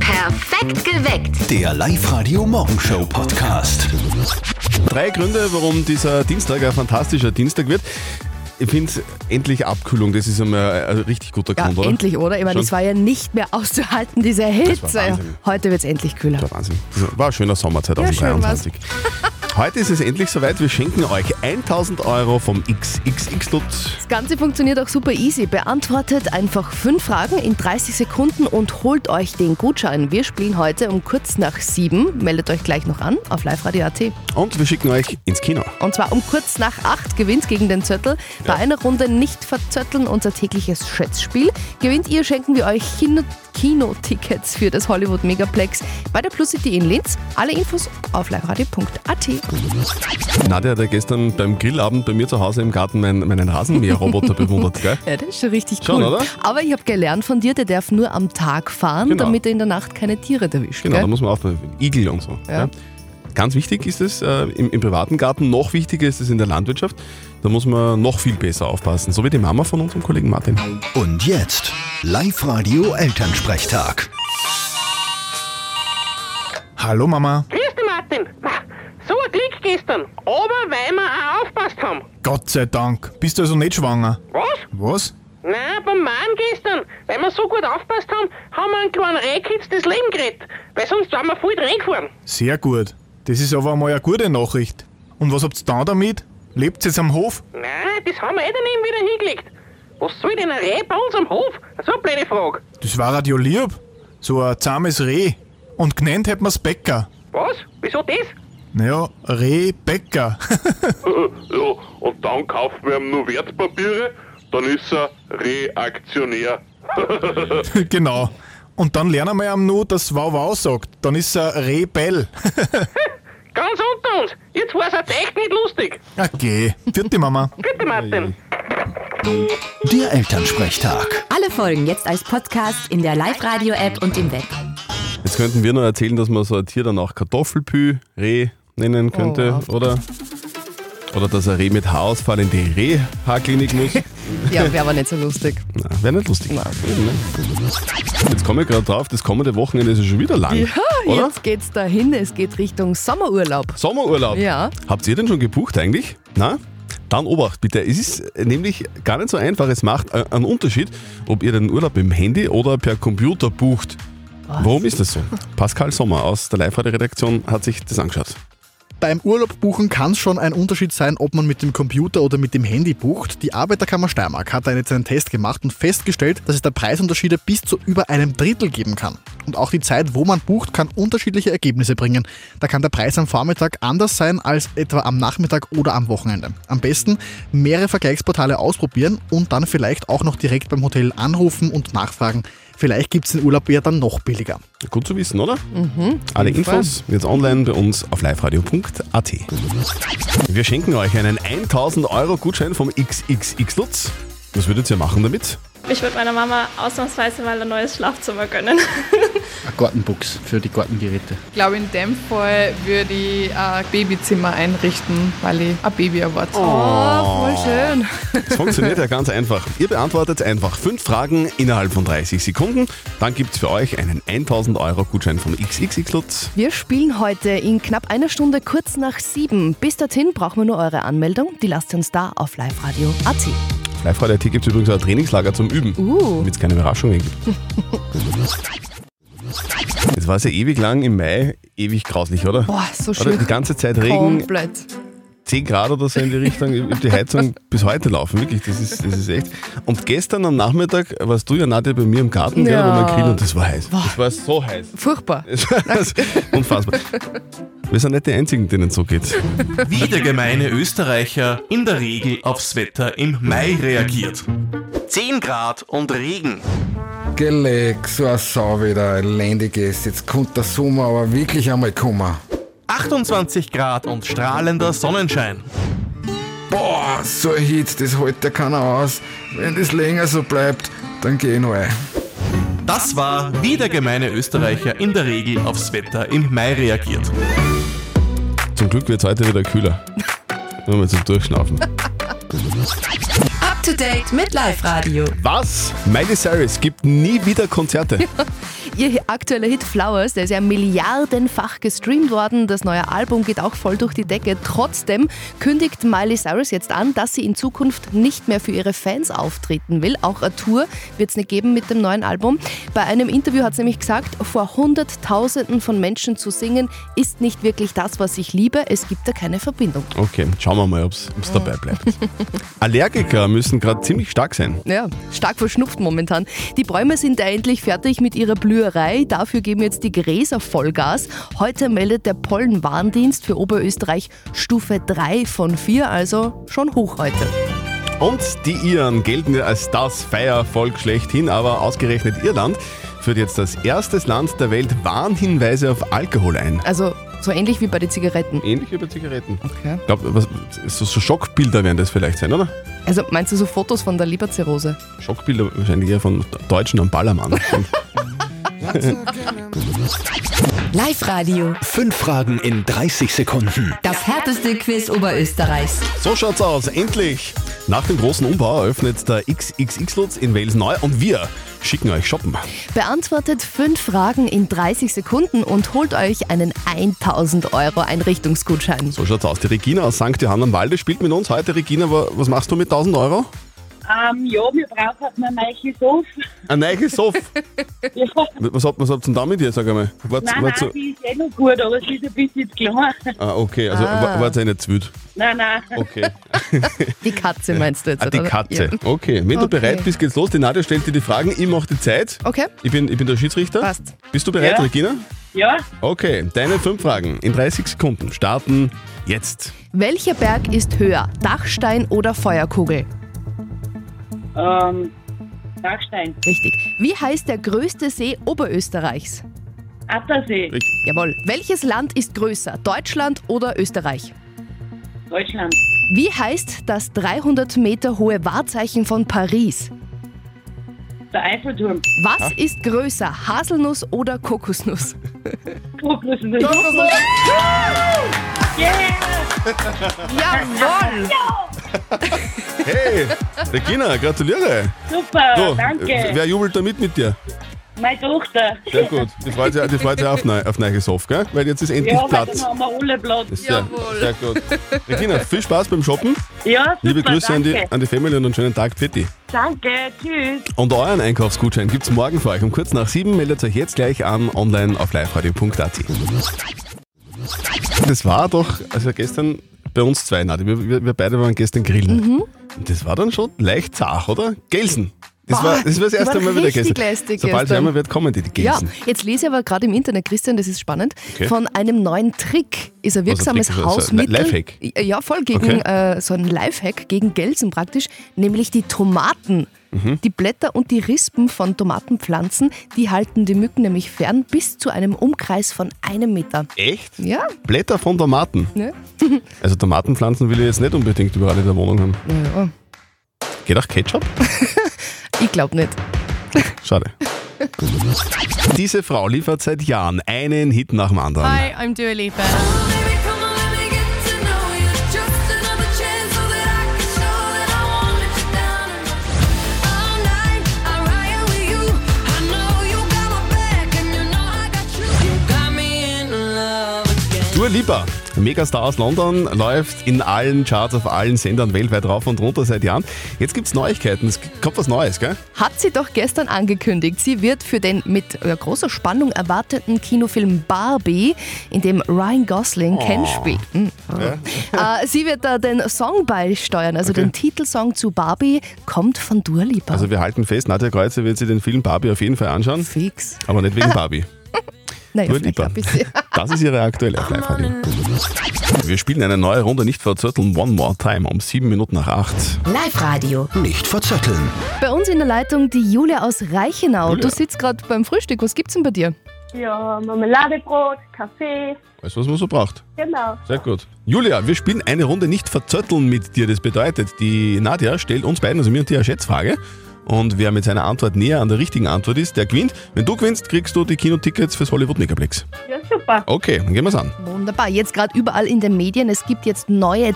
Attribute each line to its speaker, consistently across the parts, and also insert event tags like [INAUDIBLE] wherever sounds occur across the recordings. Speaker 1: Perfekt geweckt.
Speaker 2: Der Live-Radio-Morgenshow-Podcast.
Speaker 3: Drei Gründe, warum dieser Dienstag ein fantastischer Dienstag wird. Ich finde endlich Abkühlung, das ist einmal ein richtig guter
Speaker 4: Ja,
Speaker 3: Grund, oder?
Speaker 4: endlich, oder? Ich meine,
Speaker 3: Schon?
Speaker 4: das war ja nicht mehr auszuhalten, diese Hitze.
Speaker 3: Wahnsinn.
Speaker 4: Heute wird es endlich kühler.
Speaker 3: Der Wahnsinn. Das war eine schöne Sommerzeit
Speaker 4: Ja, schön war's.
Speaker 3: 2023. Heute ist es endlich soweit, wir schenken euch 1000 Euro vom XXX-Lutz.
Speaker 4: Das Ganze funktioniert auch super easy. Beantwortet einfach fünf Fragen in 30 Sekunden und holt euch den Gutschein. Wir spielen heute um kurz nach sieben. Meldet euch gleich noch an auf liveradio.at.
Speaker 3: Und wir schicken euch ins Kino.
Speaker 4: Und zwar um kurz nach acht gewinnt gegen den Zöttel. Bei einer Runde nicht verzötteln unser tägliches Schätzspiel. Gewinnt ihr, schenken wir euch Kino- Kinotickets für das Hollywood Megaplex bei der Plus City in Linz. Alle Infos auf liveradio.at.
Speaker 3: Nadja hat ja gestern beim Grillabend bei mir zu Hause im Garten mein, meinen Rasenmäherroboter bewundert, gell?
Speaker 4: Ja, das ist schon richtig
Speaker 3: Schon,
Speaker 4: cool.
Speaker 3: oder?
Speaker 4: Aber ich habe gelernt von dir, der darf nur am Tag fahren,
Speaker 3: Genau.
Speaker 4: damit er in der Nacht keine Tiere erwischt.
Speaker 3: Genau, da
Speaker 4: gell?
Speaker 3: muss man aufpassen. Igel und so.
Speaker 4: Ja.
Speaker 3: Ja. Ganz wichtig ist es äh, im, im privaten Garten, noch wichtiger ist es in der Landwirtschaft. Da muss man noch viel besser aufpassen. So wie die Mama von unserem Kollegen Martin.
Speaker 2: Und jetzt Live-Radio Elternsprechtag.
Speaker 5: Hallo Mama.
Speaker 6: Grüß dich, Martin. Ma, So ein Glück gestern. Aber weil wir auch aufgepasst haben.
Speaker 5: Gott sei Dank. Bist du also nicht schwanger?
Speaker 6: Was?
Speaker 5: Was?
Speaker 6: Nein, beim Mann gestern. Weil wir so gut aufgepasst haben, haben wir einen kleinen Rehkitz das Leben gerettet. Weil sonst waren wir voll reingefahren.
Speaker 5: Sehr gut. Das ist aber einmal eine gute Nachricht. Und was habt ihr da damit? Lebt jetzt am Hof?
Speaker 6: Nein, das haben wir eh daneben wieder hingelegt. Was soll denn ein Reh bei uns am Hof? So eine blöde Frage.
Speaker 5: Das war halt ja lieb. So ein zahmes Reh. Und genannt hätten wir's Bäcker.
Speaker 6: Was? Wieso das?
Speaker 5: Naja, Rehbäcker.
Speaker 7: Ja, und dann kaufen wir ihm nur Wertpapiere, dann ist er Reaktionär.
Speaker 5: [LAUGHS] genau. Und dann lernen wir ihm nur, dass Wow Wow sagt. Dann ist er Rebell.
Speaker 6: Ganz unter uns. Jetzt war es echt nicht lustig.
Speaker 5: [LAUGHS] okay. Vierte Mama.
Speaker 6: Bitte, Martin.
Speaker 2: Der Elternsprechtag.
Speaker 8: Alle Folgen jetzt als Podcast in der Live-Radio-App und im Web.
Speaker 3: Jetzt könnten wir noch erzählen, dass man so ein Tier dann auch Kartoffelpü, Reh nennen
Speaker 4: Oh,
Speaker 3: könnte, oder? Oder dass ein Reh mit Haarausfall in die Rehhaarklinik muss.
Speaker 4: [LAUGHS] Ja, wäre aber nicht so lustig.
Speaker 3: Na, Wäre nicht lustig. Eben, ne? Jetzt komme ich gerade drauf, das kommende Wochenende ist ja schon wieder lang,
Speaker 4: Ja,
Speaker 3: oder?
Speaker 4: jetzt geht's dahin. Es geht Richtung Sommerurlaub.
Speaker 3: Sommerurlaub.
Speaker 4: Ja.
Speaker 3: Habt ihr den schon gebucht eigentlich? Na? Dann obacht bitte. Es ist nämlich gar nicht so einfach. Es macht äh, einen Unterschied, ob ihr den Urlaub im Handy oder per Computer bucht. Warum ist das so? Pascal Sommer aus der Live-Radio-Redaktion hat sich das angeschaut.
Speaker 9: Beim Urlaub buchen kann es schon ein Unterschied sein, ob man mit dem Computer oder mit dem Handy bucht. Die Arbeiterkammer Steiermark hat da jetzt einen Test gemacht und festgestellt, dass es da Preisunterschiede bis zu über einem Drittel geben kann. Und auch die Zeit, wo man bucht, kann unterschiedliche Ergebnisse bringen. Da kann der Preis am Vormittag anders sein als etwa am Nachmittag oder am Wochenende. Am besten mehrere Vergleichsportale ausprobieren und dann vielleicht auch noch direkt beim Hotel anrufen und nachfragen. Vielleicht gibt es den Urlaub ja dann noch billiger.
Speaker 3: Gut zu wissen, oder? Alle Infos jetzt online bei uns auf liveradio.at. Wir schenken euch einen 1000 Euro Gutschein vom XXX Lutz. Was würdet ihr machen damit?
Speaker 10: Ich würde meiner Mama ausnahmsweise mal ein neues Schlafzimmer gönnen.
Speaker 9: Gartenbuchs für die Gartengeräte.
Speaker 10: Ich glaube, in dem Fall würde ich ein Babyzimmer einrichten, weil ich ein Baby erwarte.
Speaker 3: Ah,
Speaker 4: Ah, Voll schön.
Speaker 3: Es funktioniert ja ganz einfach. Ihr beantwortet einfach fünf Fragen innerhalb von 30 Sekunden. Dann gibt es für euch einen 1000 Euro Gutschein vom XXX Lutz.
Speaker 4: Wir spielen heute in knapp einer Stunde kurz nach sieben. Bis dorthin brauchen wir nur eure Anmeldung. Die lasst ihr uns da auf liveradio.at.
Speaker 3: Auf live gibt es übrigens auch ein Trainingslager zum Üben,
Speaker 4: Uh.
Speaker 3: damit es keine Überraschungen
Speaker 4: [LAUGHS]
Speaker 3: gibt. Jetzt war es ja ewig lang im Mai, ewig grauslich, oder?
Speaker 4: Boah, so
Speaker 3: Oder die
Speaker 4: schön.
Speaker 3: ganze Zeit Regen,
Speaker 4: Komplett.
Speaker 3: 10 Grad oder so in die Richtung, über die Heizung
Speaker 4: [LAUGHS]
Speaker 3: bis heute laufen, wirklich, das ist, das ist echt. Und gestern am Nachmittag warst du ja, Nadja, bei mir im Garten, ja.
Speaker 4: Ja.
Speaker 3: gell, beim Grill und das war heiß. Das war so heiß. [LAUGHS]
Speaker 4: Furchtbar.
Speaker 3: Es war- es- Unfassbar. Wir sind nicht die Einzigen, denen es so geht.
Speaker 11: Wie der gemeine Österreicher in der Regel aufs Wetter im Mai reagiert. 10 Grad und Regen.
Speaker 9: Geleg, so eine Sau wieder, ein Ländiges. Jetzt kommt der Sommer aber wirklich einmal kommen.
Speaker 11: 28 Grad und strahlender Sonnenschein.
Speaker 9: Boah, so ein Hit, das hält ja keiner aus. Wenn das länger so bleibt, dann geh ich noch ein.
Speaker 11: Das war Wie der gemeine Österreicher in der Regel aufs Wetter im Mai reagiert.
Speaker 3: Zum Glück wird es heute wieder kühler. Nur mal zum Durchschnaufen.
Speaker 8: Up to date mit Live-Radio.
Speaker 3: Was? Miley Cyrus gibt nie wieder Konzerte.
Speaker 4: Ihr aktueller Hit Flowers, der ist ja milliardenfach gestreamt worden. Das neue Album geht auch voll durch die Decke. Trotzdem kündigt Miley Cyrus jetzt an, dass sie in Zukunft nicht mehr für ihre Fans auftreten will. Auch eine Tour wird es nicht geben mit dem neuen Album. Bei einem Interview hat sie nämlich gesagt, vor Hunderttausenden von Menschen zu singen, ist nicht wirklich das, was ich liebe. Es gibt da keine Verbindung.
Speaker 3: Okay, schauen wir mal, ob es dabei bleibt. Allergiker müssen gerade ziemlich stark sein.
Speaker 4: Ja, stark verschnupft momentan. Die Bäume sind endlich fertig mit ihrer Blüherei. Dafür geben jetzt die Gräser Vollgas. Heute meldet der Pollenwarndienst für Oberösterreich Stufe 3 von 4, also schon hoch heute.
Speaker 3: Und die Iren gelten ja als das Feiervolk schlechthin, aber ausgerechnet Irland führt jetzt als erstes Land der Welt Warnhinweise auf Alkohol ein.
Speaker 4: Also so ähnlich wie bei den Zigaretten.
Speaker 3: Ähnlich wie bei Zigaretten.
Speaker 4: Okay.
Speaker 3: Ich glaube, so, so Schockbilder werden das vielleicht sein, oder?
Speaker 4: Also meinst du so Fotos von der Leberzirrhose?
Speaker 3: Schockbilder wahrscheinlich eher von Deutschen am Ballermann.
Speaker 8: Live Radio.
Speaker 2: Fünf Fragen in 30 Sekunden.
Speaker 8: Das härteste Quiz Oberösterreichs.
Speaker 3: [LAUGHS] So schaut's aus, endlich! Nach dem großen Umbau eröffnet der XXX-Lutz in Wales neu und wir schicken euch shoppen.
Speaker 4: Beantwortet fünf Fragen in 30 Sekunden und holt euch einen 1000 Euro Einrichtungsgutschein.
Speaker 3: So schaut's aus. Die Regina aus St. Johann am Walde spielt mit uns heute. Regina, wa- was machst du mit 1000 Euro?
Speaker 1: Ähm, ja, wir brauchen halt einen neuen Sof.
Speaker 3: Ein neues
Speaker 1: [LAUGHS]
Speaker 3: Sof. Was habt was habt ihr denn damit hier, sag einmal? Wart's-
Speaker 1: Nein, nein,
Speaker 3: wart's-
Speaker 1: die ist eh noch gut, aber sie ist ein bisschen klein.
Speaker 3: ah, okay, also
Speaker 1: Ah.
Speaker 3: ah. wart ihr nicht zu wild.
Speaker 1: Nein, nein.
Speaker 3: Okay.
Speaker 4: Die Katze meinst du jetzt?
Speaker 3: Ah, die
Speaker 4: oder?
Speaker 3: Katze.
Speaker 4: Also, Ja.
Speaker 3: Okay, wenn du
Speaker 4: Okay.
Speaker 3: bereit bist, geht's los. Die Nadja stellt dir die Fragen, ich mache die Zeit.
Speaker 4: Okay.
Speaker 3: Ich bin, ich bin der Schiedsrichter.
Speaker 4: Passt.
Speaker 3: Bist du bereit,
Speaker 4: Ja.
Speaker 3: Regina?
Speaker 1: Ja.
Speaker 3: Okay, deine fünf Fragen in 30 Sekunden starten jetzt.
Speaker 4: Welcher Berg ist höher? Dachstein oder Feuerkugel?
Speaker 1: Ähm, Dachstein.
Speaker 4: Richtig. Wie heißt der größte See Oberösterreichs?
Speaker 1: Attersee.
Speaker 4: Jawohl. Welches Land ist größer? Deutschland oder Österreich?
Speaker 1: Deutschland.
Speaker 4: Wie heißt das 300 Meter hohe Wahrzeichen von Paris?
Speaker 1: Der Eiffelturm.
Speaker 4: Was ist größer, Haselnuss oder Kokosnuss?
Speaker 1: Kokosnuss.
Speaker 4: Kokosnuss.
Speaker 1: Jawohl! Ja,
Speaker 3: Hey, Regina, gratuliere.
Speaker 1: super,
Speaker 3: So,
Speaker 1: Ah, danke.
Speaker 3: Wer jubelt da mit mit dir?
Speaker 1: Meine Tochter.
Speaker 3: Sehr gut. Die freut sich, die freut sich auf, neu, auf neues Soft, gell? Weil jetzt ist endlich
Speaker 1: ja, weil
Speaker 3: Platz.
Speaker 1: dann haben wir alle Platz.
Speaker 3: Sehr, sehr gut. Regina, viel Spaß
Speaker 1: [LAUGHS]
Speaker 3: beim Shoppen.
Speaker 1: Ja, super,
Speaker 3: Liebe Grüße an die,
Speaker 1: danke.
Speaker 3: an die Family und einen schönen Tag, Fetti.
Speaker 1: Danke, tschüss.
Speaker 3: Und euren Einkaufsgutschein gibt's morgen für euch um kurz nach sieben. Meldet euch jetzt gleich an online auf liveradio.at. Das war doch, also gestern bei uns zwei, Nadi, wir, wir, wir beide waren gestern grillen.
Speaker 4: Mhm.
Speaker 3: Und Das war dann schon leicht zart, oder? Gelsen. Das,
Speaker 4: Boah,
Speaker 3: war, das war das
Speaker 4: die
Speaker 3: erste
Speaker 4: waren
Speaker 3: Mal wieder
Speaker 4: richtig
Speaker 3: Gelsen.
Speaker 4: lästig
Speaker 3: Sobald
Speaker 4: gestern.
Speaker 3: einmal wird, kommen die, die Gelsen.
Speaker 4: Ja, jetzt lese ich aber gerade im Internet, Christian, das ist spannend,
Speaker 3: Okay.
Speaker 4: von einem neuen Trick. Ist ein
Speaker 3: Was ist ein
Speaker 4: wirksames
Speaker 3: Trick? Also ein
Speaker 4: Hausmittel.
Speaker 3: Lifehack?
Speaker 4: Ja, voll gegen äh, so ein Lifehack gegen Gelsen praktisch, nämlich die Tomaten.
Speaker 3: Mhm.
Speaker 4: Die Blätter und die Rispen von Tomatenpflanzen, die halten die Mücken nämlich fern bis zu einem Umkreis von einem Meter.
Speaker 3: Echt?
Speaker 4: Ja.
Speaker 3: Blätter von Tomaten.
Speaker 4: Ne?
Speaker 3: Also Tomatenpflanzen will ich jetzt nicht unbedingt überall in der Wohnung haben.
Speaker 4: Naja,
Speaker 3: Geht auch Ketchup?
Speaker 4: ich glaube nicht.
Speaker 3: Schade. Diese Frau liefert seit Jahren einen Hit nach dem anderen.
Speaker 12: Hi, I'm Dua Lipa.
Speaker 3: Dua Lipa, Megastar aus London, läuft in allen Charts auf allen Sendern weltweit rauf und runter seit Jahren. Jetzt gibt's Neuigkeiten, es kommt was Neues, gell?
Speaker 4: hat sie doch gestern angekündigt. Sie wird für den mit äh, großer Spannung erwarteten Kinofilm Barbie, in dem Ryan Gosling
Speaker 3: Oh.
Speaker 4: Ken spielt. Mhm. Äh, sie wird da den Song beisteuern, also den Titelsong zu Barbie kommt von Dua Lipa.
Speaker 3: Also wir halten fest, Nadja Kreuzer wird sich den Film Barbie auf jeden Fall anschauen.
Speaker 4: Fix.
Speaker 3: Aber nicht wegen
Speaker 4: [LAUGHS]
Speaker 3: Barbie.
Speaker 4: Naja,
Speaker 3: Dua
Speaker 4: vielleicht
Speaker 3: Lipa.
Speaker 4: ein bisschen.
Speaker 3: Das ist ihre aktuelle auf live -Radio. Wir spielen eine neue Runde, nicht verzötteln, One More Time um sieben Minuten nach acht.
Speaker 8: Live Radio.
Speaker 2: Nicht verzetteln.
Speaker 4: Bei uns in der Leitung die Julia aus Reichenau.
Speaker 3: Julia.
Speaker 4: Du sitzt gerade beim Frühstück. Was gibt's denn bei dir?
Speaker 13: Ja, Marmeladebrot, Kaffee,
Speaker 3: Alles, was man so braucht.
Speaker 13: genau.
Speaker 3: Sehr gut. Julia, wir spielen eine Runde nicht verzötteln mit dir. Das bedeutet, die Nadja stellt uns beiden, also mir und dir, eine Schätzfrage. Und wer mit seiner Antwort näher an der richtigen Antwort ist, der gewinnt. Wenn du gewinnst, kriegst du die Kinotickets fürs Hollywood Megaplex.
Speaker 4: Ja, super.
Speaker 3: Okay, dann gehen wir's an.
Speaker 4: Wunderbar. Jetzt gerade überall in den Medien. Es gibt jetzt neue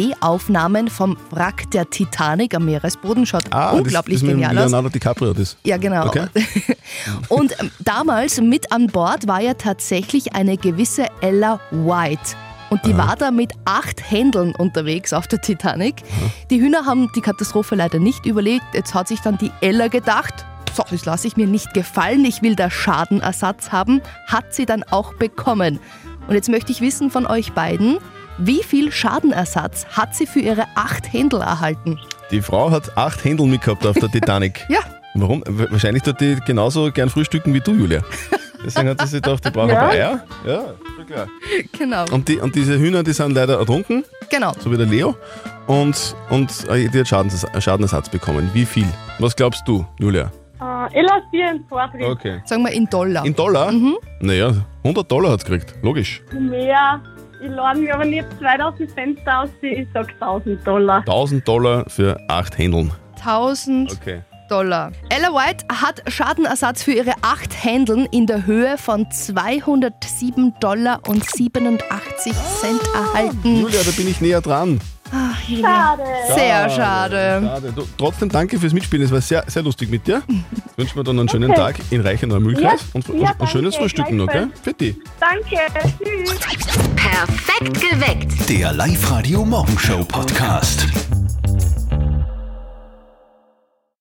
Speaker 4: 3D-Aufnahmen vom Wrack der Titanic am Meeresboden. Schaut unglaublich
Speaker 3: Ah, das, das
Speaker 4: genial
Speaker 3: mit
Speaker 4: aus.
Speaker 3: Leonardo DiCaprio das.
Speaker 4: Ja, genau.
Speaker 3: Okay.
Speaker 4: [LAUGHS] Und ähm, damals mit an Bord war ja tatsächlich eine gewisse Ella White. Und die war da mit acht Händeln unterwegs auf der Titanic. Die Hühner haben die Katastrophe leider nicht überlegt. Jetzt hat sich dann die Ella gedacht, so, das lasse ich mir nicht gefallen, ich will da Schadenersatz haben. Hat sie dann auch bekommen. Und jetzt möchte ich wissen von euch beiden, wie viel Schadenersatz hat sie für ihre acht Händel erhalten?
Speaker 3: Die Frau hat acht Händel mitgehabt auf der Titanic.
Speaker 4: [LAUGHS] Ja.
Speaker 3: Warum? W- Wahrscheinlich tut die genauso gern frühstücken wie du, Julia. Deswegen hat sie sich gedacht, die brauchen
Speaker 4: Ja.
Speaker 3: aber Eier. Ja, schon klar.
Speaker 4: Genau.
Speaker 3: Und, die, und diese Hühner, die sind leider ertrunken.
Speaker 4: Genau.
Speaker 3: So wie der Leo. Und, und äh, die hat Schadens, Schadenersatz bekommen. Wie viel? Was glaubst du, Julia?
Speaker 13: Äh, ich lasse dir einen Vortritt.
Speaker 3: Okay.
Speaker 4: Sagen wir in Dollar.
Speaker 3: In Dollar?
Speaker 13: Mhm.
Speaker 3: Naja, 100 Dollar hat es gekriegt. Logisch.
Speaker 13: Mehr. Ich lade mir aber nicht 2000 Fenster aus, ich sag 1000 Dollar.
Speaker 3: 1000 Dollar für acht Händeln.
Speaker 4: 1000
Speaker 3: Okay.
Speaker 4: Dollar. Ella White hat Schadenersatz für ihre acht Händeln in der Höhe von 207 Dollar und 87 Cent erhalten.
Speaker 3: Julia, da bin ich näher dran.
Speaker 4: Ach, Julia. Sehr
Speaker 13: Ähm.
Speaker 4: schade.
Speaker 3: schade. Du, trotzdem danke fürs Mitspielen. Es war sehr, sehr lustig mit
Speaker 13: [LAUGHS]
Speaker 3: dir. Ich wünsche mir dann einen schönen
Speaker 13: Okay.
Speaker 3: Tag in Reichenau im Mühlkreis
Speaker 13: Ja,
Speaker 3: und,
Speaker 13: ja,
Speaker 3: und ein schönes
Speaker 13: danke,
Speaker 3: Frühstücken noch, gell?
Speaker 13: gleichfalls.
Speaker 3: Für dich.
Speaker 13: Danke. Tschüss.
Speaker 8: Perfekt geweckt.
Speaker 2: Der Live-Radio Morgenshow Podcast.